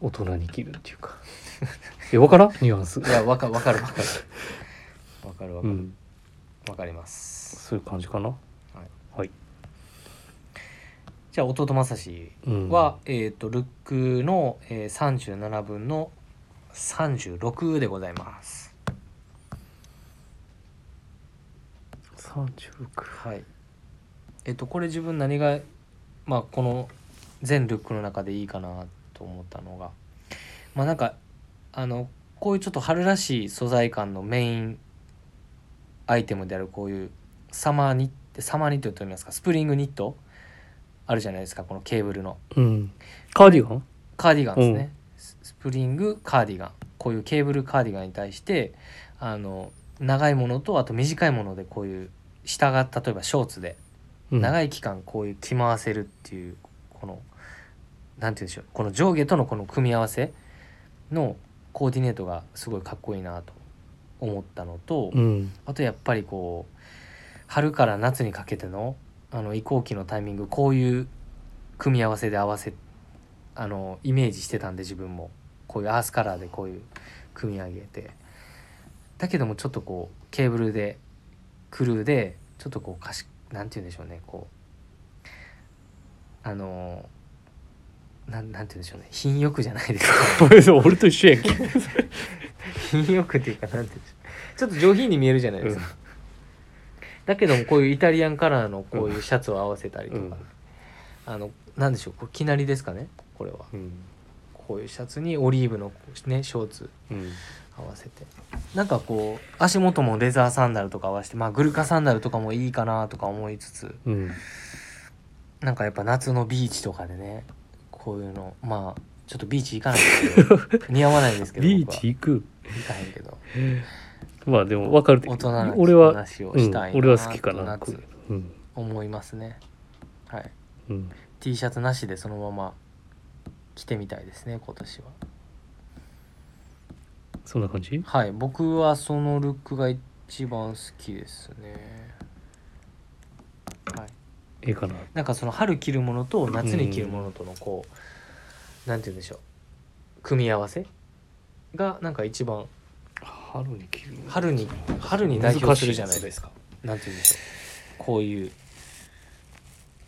Speaker 1: 大人に着るっていう かえ分からんニュアンス
Speaker 2: い、やわかわかるわかるわかるわ
Speaker 1: う
Speaker 2: かるわ、
Speaker 1: ん、
Speaker 2: かります
Speaker 1: そういう感じかな
Speaker 2: じゃあ弟正志
Speaker 1: うん
Speaker 2: は、えっ、とルックの、えー、37分の36でございます
Speaker 1: 36
Speaker 2: はい。えっとこれ自分何がまあこの全ルックの中でいいかなと思ったのがまあなんかあのこういうちょっと春らしい素材感のメインアイテムであるこういうサマーニットサマーニットと言いますかスプリングニットあるじゃないですかこのケーブルの
Speaker 1: うんカーディガン
Speaker 2: カーディガンですね、ススプリングカーディガンこういうケーブルカーディガンに対してあの長いものとあと短いものでこういう下が例えばショーツで
Speaker 1: うん
Speaker 2: 長い期間こういう着回せるっていうこのなんて言うんでしょうこの上下とのこの組み合わせのコーディネートがすごいかっこいいなと思ったのと、
Speaker 1: うん
Speaker 2: あとやっぱりこう春から夏にかけてのあの移行期のタイミングこういう組み合わせで合わせあのイメージしてたんで自分もこういうアースカラーでこういう組み上げてだけどもちょっとこうケーブルでクルーでちょっとこうかしなんて言うんでしょうねこうあのなんなんて言うんでしょうね品欲じゃないです か
Speaker 1: 俺と一緒やんけ
Speaker 2: 品欲っていうかなんて言うんでしょうちょっと上品に見えるじゃないですか、だけどもこういうイタリアンカラーのこういうシャツを合わせたりとか、
Speaker 1: うん
Speaker 2: あのなんでしょうこれきなりですかねこれは
Speaker 1: うん
Speaker 2: こういうシャツにオリーブのねショーツ
Speaker 1: うん
Speaker 2: 合わせてなんかこう足元もレザーサンダルとか合わせてまあグルカサンダルとかもいいかなとか思いつつ
Speaker 1: うん
Speaker 2: なんかやっぱ夏のビーチとかでねこういうのまあちょっとビーチ行かないで すけど似合わないんですけど
Speaker 1: ビー
Speaker 2: 僕は
Speaker 1: チ行く
Speaker 2: 行かへんけど
Speaker 1: まあでも分かる
Speaker 2: 大人の
Speaker 1: 俺は、
Speaker 2: 話を
Speaker 1: う
Speaker 2: し
Speaker 1: ん
Speaker 2: たい、な
Speaker 1: 俺は好きか
Speaker 2: と
Speaker 1: な
Speaker 2: 夏
Speaker 1: うん
Speaker 2: 思いますねはい
Speaker 1: うん
Speaker 2: T シャツなしでそのまま着てみたいですね今年は
Speaker 1: そんな感じ
Speaker 2: はい僕はそのルックが一番好きですねはい
Speaker 1: ええかな
Speaker 2: なんかその春着るものと夏に着るものとのこう、なんて言うんでしょう組み合わせがなんか一番
Speaker 1: 春に着る
Speaker 2: 春に春に代表するじゃないですかなんて言うんでしょうこういう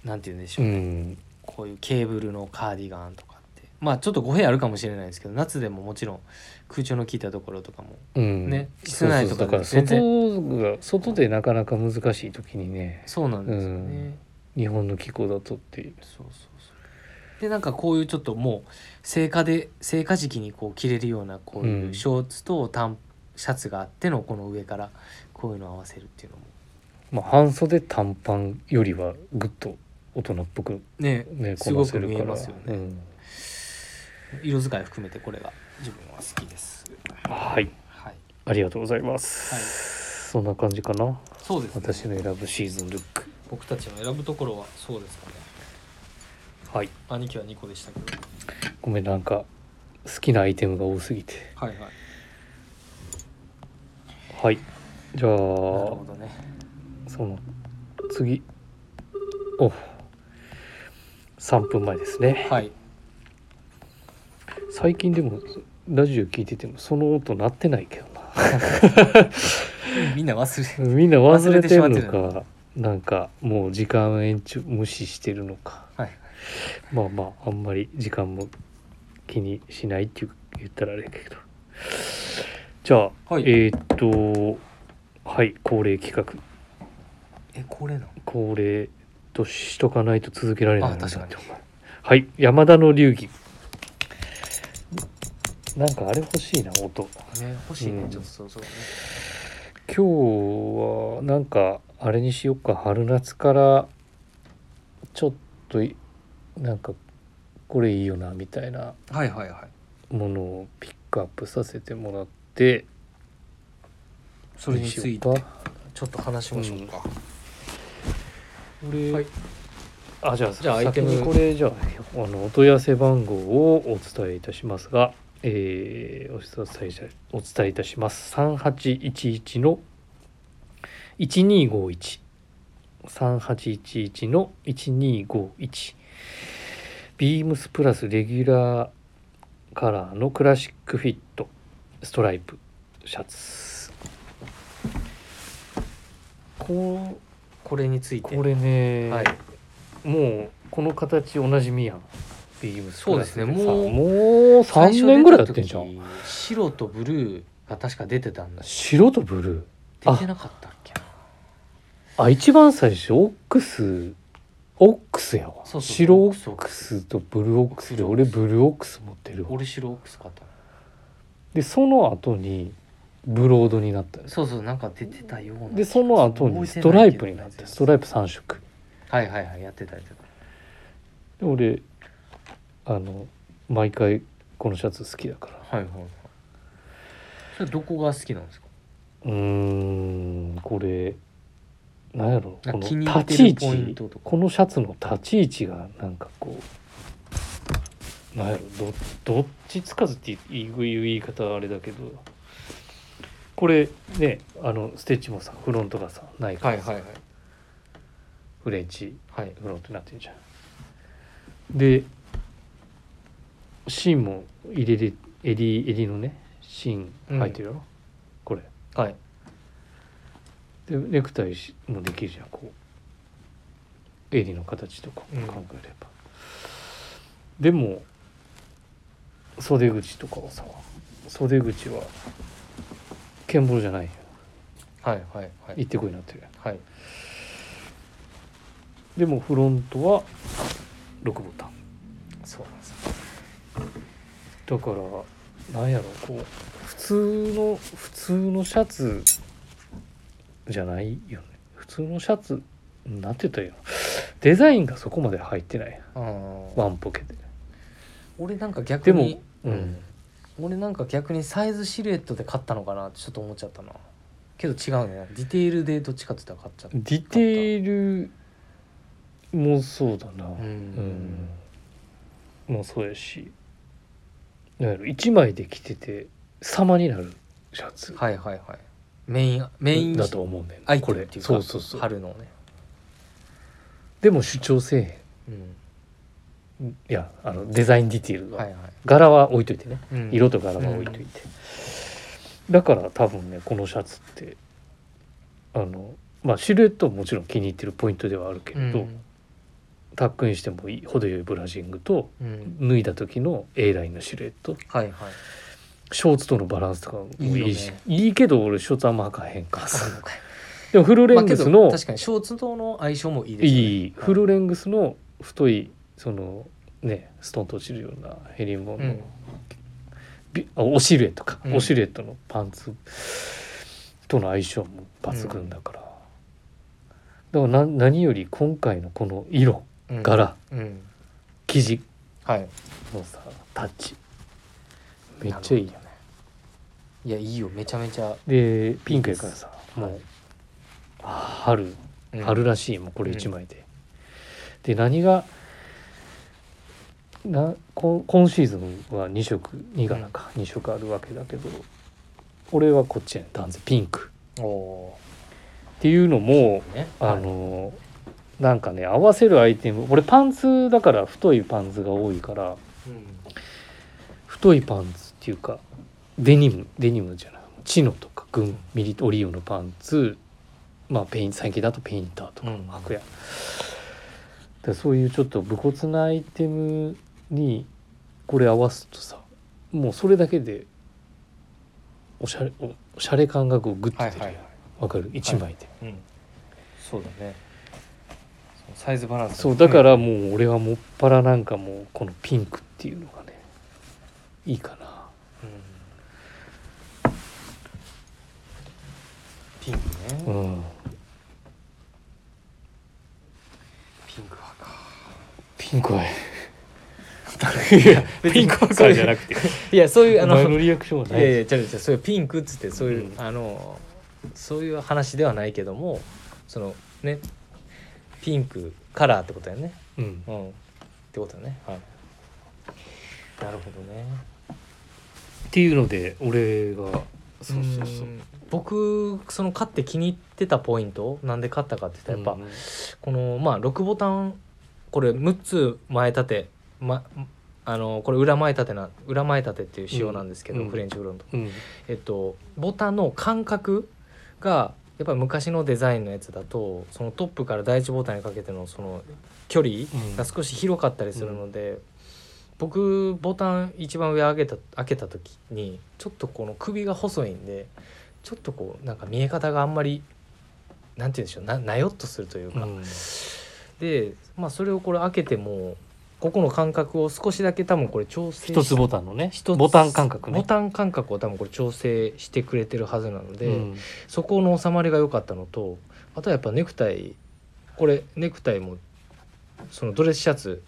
Speaker 2: なんて言うんでし
Speaker 1: う
Speaker 2: ょう、
Speaker 1: ん
Speaker 2: こういうケーブルのカーディガンとかってまあちょっと語弊あるかもしれないですけど夏でももちろん空調の効いたところとかも
Speaker 1: うん
Speaker 2: ね
Speaker 1: そうそ
Speaker 2: 室
Speaker 1: うそ
Speaker 2: 内
Speaker 1: う
Speaker 2: とか
Speaker 1: だから
Speaker 2: で全然
Speaker 1: 外が外でなかなか難しい時にね
Speaker 2: そうなんですよね、
Speaker 1: うん日本の気候だとっていう
Speaker 2: そうそうそうでなんかこういうちょっともう成果で成果時期にこう着れるようなこういうんうショーツと短シャツがあってのこの上からこういうのを合わせるっていうのも
Speaker 1: まあ半袖短パンよりはぐっと大人っぽく
Speaker 2: ね
Speaker 1: ねこ
Speaker 2: す
Speaker 1: な
Speaker 2: ご
Speaker 1: せ
Speaker 2: く
Speaker 1: る
Speaker 2: 見
Speaker 1: か
Speaker 2: え
Speaker 1: ら
Speaker 2: ますよね
Speaker 1: うん
Speaker 2: 色使い含めてこれが自分は好きです
Speaker 1: はい
Speaker 2: はい、
Speaker 1: ありがとうございます、
Speaker 2: はい
Speaker 1: そんな感じかな
Speaker 2: そうですね
Speaker 1: 私の選ぶシーズンルック
Speaker 2: 僕たちの選ぶところはそうですかね
Speaker 1: はい
Speaker 2: 兄貴は2個でしたけど
Speaker 1: ごめんなんか好きなアイテムが多すぎて
Speaker 2: はいはい
Speaker 1: はいじゃあ
Speaker 2: なるほどね
Speaker 1: その次お3分前ですね
Speaker 2: はい
Speaker 1: 最近でもラジオ聞いててもその音鳴ってないけどな
Speaker 2: みんな忘れ
Speaker 1: みんな忘れてるの
Speaker 2: 忘れてしま
Speaker 1: かなんかもう時間延長無視してるのか
Speaker 2: はい
Speaker 1: まあまああんまり時間も気にしないっていう言ったらあれやけどじゃあ、
Speaker 2: はい
Speaker 1: えーっとはい恒例企画
Speaker 2: えこれなの
Speaker 1: 恒例としとかないと続けられない
Speaker 2: あ確かに
Speaker 1: はい山田の流儀なんかあれ欲しいな音
Speaker 2: ね欲しいね、
Speaker 1: うん
Speaker 2: ちょっとそうそうね
Speaker 1: 今日はなんかあれにしよっか春夏からちょっといなんかこれいいよなみたいな
Speaker 2: はいはいはい
Speaker 1: ものをピックアップさせてもらって
Speaker 2: それについて
Speaker 1: どうしよ
Speaker 2: ちょっと話しましょうか、
Speaker 1: うかこれ、
Speaker 2: はい
Speaker 1: あじゃあ
Speaker 2: じゃあアイテム
Speaker 1: 先にこれじゃああのお問い合わせ番号をお伝えいたしますが、えー、お伝えいたお伝えいたします3811の1251 3811の1251ビームスプラスレギュラーカラーのクラシックフィットストライプシャツこう
Speaker 2: これについて
Speaker 1: これね、
Speaker 2: はい
Speaker 1: もうこの形おなじみやんビームスプラス
Speaker 2: そうですね
Speaker 1: さ
Speaker 2: もう
Speaker 1: もう3年ぐらいやってんじゃ
Speaker 2: 最
Speaker 1: ん
Speaker 2: 初出た時白とブルーが確か出てたんだし
Speaker 1: 白とブルーあ
Speaker 2: 出てなかったっけな
Speaker 1: あ一番最初オックスオックスやわ
Speaker 2: そうそう
Speaker 1: 白
Speaker 2: オ
Speaker 1: オ
Speaker 2: ックス
Speaker 1: ックスとブルーオックスで
Speaker 2: オッ
Speaker 1: 俺
Speaker 2: クス
Speaker 1: ブルーオックス持ってるわ
Speaker 2: 俺白オックス買ったの
Speaker 1: でその後にブロードになったよ
Speaker 2: そうそうなんか出てたような
Speaker 1: でその後にストライプになってストライプ3色
Speaker 2: はいはいはいやってたやってた
Speaker 1: で俺あの毎回このシャツ好きだから
Speaker 2: はいはいはいそれどこが好きなんですか
Speaker 1: うーんこれなんやろ
Speaker 2: なん
Speaker 1: この
Speaker 2: か気に入っ
Speaker 1: 立ち位
Speaker 2: てるポイン
Speaker 1: 置
Speaker 2: トとか
Speaker 1: このシャツの立ち位置がなんかこうなんやろどどっちつかずっていう言い方はあれだけどこれねあのステッチもさフロントがさないから
Speaker 2: はいはいはい
Speaker 1: フレンチ
Speaker 2: はい
Speaker 1: フローってなってるじゃんで芯も入れれ襟襟のね芯入ってるやろ、これ
Speaker 2: はい
Speaker 1: でネクタイしもできるじゃんこう襟の形とか
Speaker 2: うん
Speaker 1: 考えれば、でも袖口とかはさ袖口は剣棒じゃないよ
Speaker 2: はいはいはい
Speaker 1: 一手こいになってるやん
Speaker 2: はい
Speaker 1: でもフロントは6ボタン
Speaker 2: そうなんですよ
Speaker 1: だからなんやろこう普通の普通のシャツじゃないよね普通のシャツなんて言ったらいいの デザインがそこまで入ってない
Speaker 2: あー
Speaker 1: ワンポケで
Speaker 2: 俺なんか逆
Speaker 1: でも
Speaker 2: に、
Speaker 1: うん
Speaker 2: 俺なんか逆にサイズシルエットで買ったのかなってちょっと思っちゃったなけど違うねディテールでどっちかって言ったら買っちゃった
Speaker 1: ディテールもそうだな、
Speaker 2: うん
Speaker 1: うんもうそうやしなんやろ1枚で着てて様になるシャツ
Speaker 2: はいはいはいメインメイン
Speaker 1: だと思うんだよね
Speaker 2: アイテ
Speaker 1: こ
Speaker 2: ムっ
Speaker 1: れ
Speaker 2: ていうか
Speaker 1: そうそうそう
Speaker 2: 春のね、
Speaker 1: でも主張せえへん
Speaker 2: うん、
Speaker 1: いやあのデザインディティールが、
Speaker 2: はいはい、
Speaker 1: 柄は置いといてね
Speaker 2: うん
Speaker 1: 色と柄は置いといて、だから多分ねこのシャツってあのまあシルエットももちろん気に入ってるポイントではあるけれど、タックインしてもいい程よいブラジングと
Speaker 2: うんうん
Speaker 1: 脱いだ時の A ラインのシルエット
Speaker 2: はいはい
Speaker 1: ショーツとのバランスとかもいい
Speaker 2: いい
Speaker 1: しいい,、
Speaker 2: よね
Speaker 1: けど俺ショーツあんま履かへんか
Speaker 2: あ
Speaker 1: ら
Speaker 2: そうか
Speaker 1: でもフルレ
Speaker 2: ま
Speaker 1: ン
Speaker 2: あ
Speaker 1: グ
Speaker 2: け
Speaker 1: ス
Speaker 2: ど
Speaker 1: の、
Speaker 2: 確かにショーツとの相性もいいですよね
Speaker 1: いいフルレングスの太いそのねストンと落ちるようなヘリンボーンの、
Speaker 2: うん
Speaker 1: びあおシルエットか、
Speaker 2: うん
Speaker 1: おシルエットのパンツとの相性も抜群だから、だからな何より今回のこの色
Speaker 2: うん
Speaker 1: 柄
Speaker 2: うん
Speaker 1: 生地
Speaker 2: はい
Speaker 1: のさタッチめっちゃいいよ
Speaker 2: なるほどねいやいいよめちゃめちゃ、
Speaker 1: でピンクやからさ
Speaker 2: い
Speaker 1: もうあ春
Speaker 2: うん
Speaker 1: 春らしいもうこれ1枚で、で何がなこ今シーズンは2色2柄か、2色あるわけだけど俺はこっちやね断然ピンク
Speaker 2: おお
Speaker 1: っていうのも
Speaker 2: ーね
Speaker 1: あの、なんかね合わせるアイテム俺パンツだから太いパンツが多いから
Speaker 2: うん
Speaker 1: 太いパンツっていうかデニムデニムじゃないチノとか軍ミリオリオのパンツまあペイン最近だとペインターとか
Speaker 2: うん
Speaker 1: 白夜でそういうちょっと武骨なアイテムにこれ合わすとさもうそれだけでおしゃれおおしゃれ感がこうグッと
Speaker 2: はい
Speaker 1: 出
Speaker 2: は
Speaker 1: る
Speaker 2: い
Speaker 1: わ、
Speaker 2: はい
Speaker 1: かる1枚で、
Speaker 2: うん、そうだねそのサイズバランス
Speaker 1: そうだか
Speaker 2: ん
Speaker 1: らもう俺はもっぱらなんかもうこのピンクっていうのがねいいかな
Speaker 2: うんピンクね、
Speaker 1: うん
Speaker 2: ピンク派か
Speaker 1: ピンクはいや
Speaker 2: 別
Speaker 1: ピ
Speaker 2: に
Speaker 1: ンクはかじゃなくて
Speaker 2: いやそういうあ
Speaker 1: お
Speaker 2: の
Speaker 1: 前の
Speaker 2: い
Speaker 1: リアクションはな
Speaker 2: や
Speaker 1: い
Speaker 2: いや違う違うそういうピンクっつってそういう、
Speaker 1: うん
Speaker 2: あのそういう話ではないけどもそのねピンクカラーってことやね
Speaker 1: うん
Speaker 2: うんってことやねはいなるほどね
Speaker 1: っていうので俺がそうそうそう
Speaker 2: うん僕その買って気に入ってたポイントなんで買ったかって言ったらやっぱ、
Speaker 1: うん
Speaker 2: このまあ6ボタンこれ6つ前立て、ま、あのこれ裏前立てな裏前立てっていう仕様なんですけど、
Speaker 1: うん
Speaker 2: フレンチフロント、
Speaker 1: うん
Speaker 2: えっと、ボタンの間隔がやっぱり昔のデザインのやつだとそのトップから第一ボタンにかけてのその距離が少し広かったりするので、僕ボタン一番上上げた開けた時にちょっとこの首が細いんでちょっとこうなんか見え方があんまりなんて言うんでしょうななよっとするという
Speaker 1: う
Speaker 2: か、
Speaker 1: ん
Speaker 2: で、まあ、それをこれ開けてもここの間隔を少しだけ多分これ調整し
Speaker 1: 一つボタンのね
Speaker 2: 一つ
Speaker 1: ボタン感覚ね
Speaker 2: ボタン間隔を多分これ調整してくれてるはずなので、
Speaker 1: うん
Speaker 2: そこの収まりが良かったのとあとはやっぱネクタイこれネクタイもそのドレスシャツ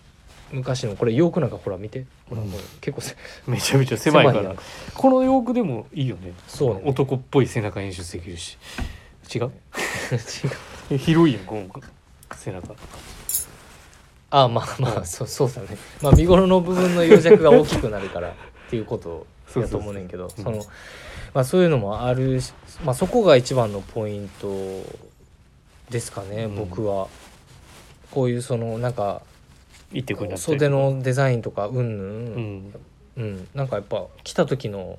Speaker 2: 昔のこれ洋服なんかほら見てほら
Speaker 1: うん
Speaker 2: もう結構せ
Speaker 1: めちゃめちゃ狭いか
Speaker 2: や
Speaker 1: ら
Speaker 2: ん
Speaker 1: この洋服でもいいよね
Speaker 2: そうね
Speaker 1: 男っぽい背中演出できるし違う
Speaker 2: 違う
Speaker 1: え広いやんこの背中
Speaker 2: ああまあまあそう そうだねまあ身頃の部分の余弱が大きくなるからっていうことやと思うねんけど
Speaker 1: そう
Speaker 2: そ
Speaker 1: そうそう
Speaker 2: のまあそういうのもあるし、まあ、そこが一番のポイントですかね、
Speaker 1: うん
Speaker 2: 僕はこういうそのなんか
Speaker 1: 一点こになって
Speaker 2: 袖のデザインとかうんぬ、
Speaker 1: うんん
Speaker 2: うん、なんかやっぱ来た時の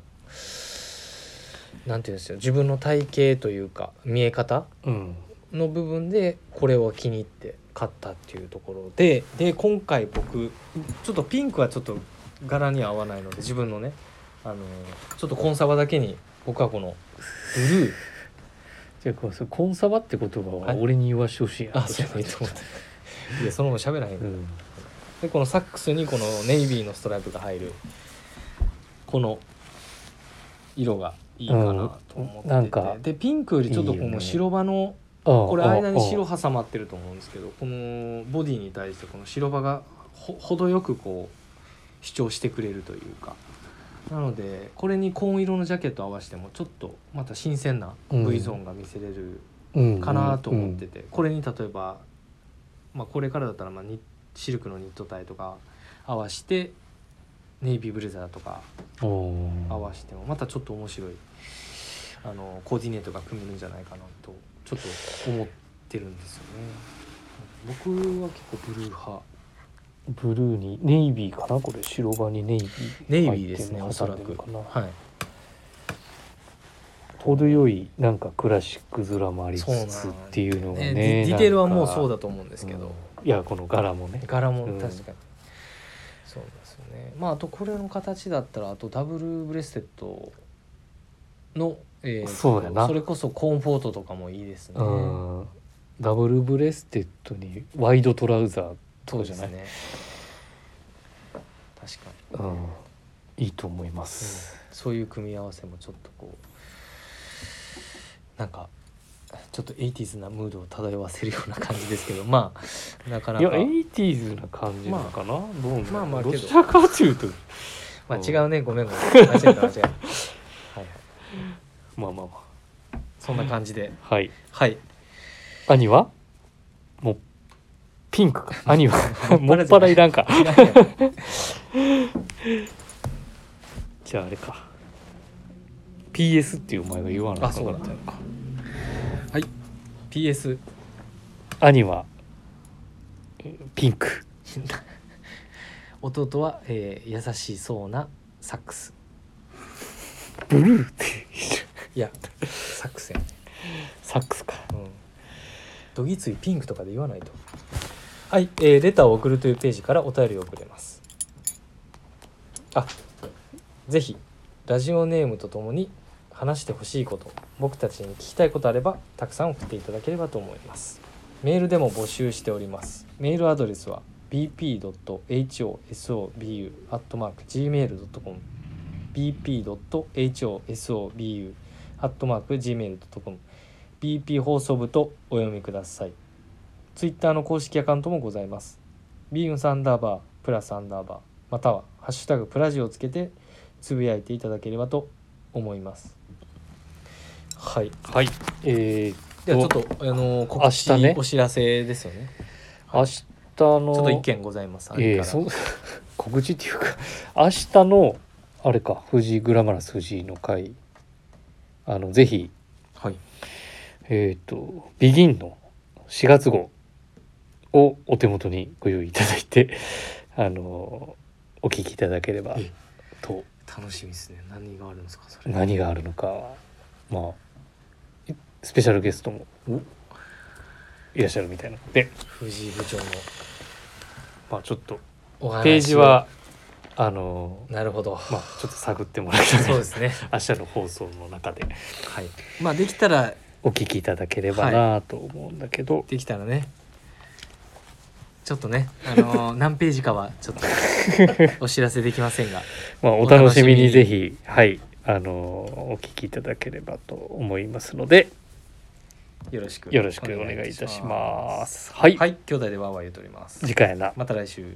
Speaker 2: なんていうんですよ自分の体型というか見え方
Speaker 1: うん
Speaker 2: の部分でこれを気に入って買ったっていうところでで今回僕ちょっとピンクはちょっと柄には合わないので自分のねあのちょっとコンサバだけに僕はこのブルー
Speaker 1: じゃあこうそうコンサバって言葉は
Speaker 2: はい
Speaker 1: 俺に言わしてほしいな
Speaker 2: あそうやないと思っていやそのまま喋らへん
Speaker 1: うん
Speaker 2: でこのサックスにこのネイビーのストライプが入るこの色がいいかなと思って
Speaker 1: うん
Speaker 2: て
Speaker 1: なんか
Speaker 2: でピンクよりちょっとこ
Speaker 1: いいよ
Speaker 2: の
Speaker 1: ね
Speaker 2: 白場の
Speaker 1: ああ
Speaker 2: これ間に
Speaker 1: あ
Speaker 2: 白
Speaker 1: あ
Speaker 2: 挟まってると思うんですけどこのボディに対してこの白場がほ程よくこう主張してくれるというかなのでこれに紺色のジャケット合わせてもちょっとまた新鮮な V ゾーンが見せれる
Speaker 1: うん
Speaker 2: かなと思ってて、これに例えば、まあ、これからだったらまあニシルクのニットタイとか合わしてネイビーブレザーとか
Speaker 1: うん
Speaker 2: 合わしてもまたちょっと面白いあのコーディネートが組めるんじゃないかなとちょっと思ってるんですよね。僕は結構ブルー派
Speaker 1: ブルーにネイビーかなこれ白場にネイビー
Speaker 2: ネイビーですね
Speaker 1: 入
Speaker 2: お
Speaker 1: って
Speaker 2: そ
Speaker 1: る
Speaker 2: ら
Speaker 1: の挟んで
Speaker 2: く
Speaker 1: るかな
Speaker 2: はい
Speaker 1: 程よいなんかクラシック面もありつ
Speaker 2: そうなん
Speaker 1: つっていうのがね
Speaker 2: ねディディテールはもうそう
Speaker 1: だ
Speaker 2: だと思うんですけど、
Speaker 1: いやこの柄もね
Speaker 2: 柄も
Speaker 1: うん
Speaker 2: 確かに、そうなんですよねまああとこれの形だったらあとダブルブレステッドの、えー
Speaker 1: そうやな
Speaker 2: それこそコンフォートとかもいいですね
Speaker 1: うんダブルブレステッドにワイドトラウザーとかじゃない、
Speaker 2: そうですね確かに、
Speaker 1: うん、いいと思いま
Speaker 2: うん
Speaker 1: す、
Speaker 2: そういう組み合わせもちょっとこうなんかちょっと 80s なムードを漂わせるような感じですけどまあなかない
Speaker 1: や
Speaker 2: か
Speaker 1: 80s な感じなのかな、どうなの
Speaker 2: まあまあけ
Speaker 1: ど
Speaker 2: ど
Speaker 1: ちらかというと
Speaker 2: まあ違うねごめんごめん間違えた間違えた、はいはい、
Speaker 1: まあまあま
Speaker 2: そんな感じで
Speaker 1: あはい
Speaker 2: はい
Speaker 1: 兄はもうピンク か兄は も
Speaker 2: も
Speaker 1: っ
Speaker 2: っ
Speaker 1: ぱら
Speaker 2: ぱら
Speaker 1: い
Speaker 2: い
Speaker 1: らんか
Speaker 2: いやいや
Speaker 1: じゃああれか PS っていうお前が言わな か
Speaker 2: あそうだ
Speaker 1: ったのか
Speaker 2: PS
Speaker 1: 兄はえーピンク
Speaker 2: 弟は、えー優しそうなサックス
Speaker 1: ブルーって言う
Speaker 2: いやサックスやね、
Speaker 1: サックスか
Speaker 2: うん、どぎついピンクとかで言わないとはい、えーレターを送るというページからお便りを送れますあぜひラジオネームとともに話してほしいこと僕たちに聞きたいことあればたくさん送っていただければと思いますメールでも募集しておりますメールアドレスは bp.hosobu.gmail.com bp.hosobu.gmail.com bp 放送部とお読みくださいツイッターの公式アカウントもございますビームサンダーバープラスアンダーバーまたはハッシュタグプラジをつけてつぶやいていただければと思いますはい
Speaker 1: はいえー、
Speaker 2: ではちょっとあのー告知、
Speaker 1: 明日ね
Speaker 2: お知らせですよね
Speaker 1: 明日の
Speaker 2: ちょっと一件ございます
Speaker 1: ええ
Speaker 2: 兄から
Speaker 1: そう 告知っていうか明日のあれか富士グラマラス藤井の会あのぜひ
Speaker 2: はい
Speaker 1: えっ、とビギンの4月号をお手元にご用意いただいて あのお聞きいただければ
Speaker 2: え
Speaker 1: と
Speaker 2: 楽しみですね何があるんですかそれ
Speaker 1: 何があるのかはまあいスペシャルゲストもいらっしゃるみたいなので、
Speaker 2: 藤井部長の
Speaker 1: まあ、ちょっと
Speaker 2: お話を
Speaker 1: ページはあの
Speaker 2: なるほど
Speaker 1: まあちょっと探ってもらいたい
Speaker 2: そうですね
Speaker 1: 明日の放送の中で
Speaker 2: はいまあできたら
Speaker 1: お聞きいただければなと思うんだけど、
Speaker 2: できたらねちょっとね、あ のー何ページかはちょっとお知らせできませんが
Speaker 1: まあ、お楽しみにぜひはいあのお聞きいただければと思いますので
Speaker 2: よろしく
Speaker 1: よろしくお願いいたします。
Speaker 2: は
Speaker 1: はい、
Speaker 2: はい、兄弟でワーワー言うとおります
Speaker 1: 次回な
Speaker 2: また来週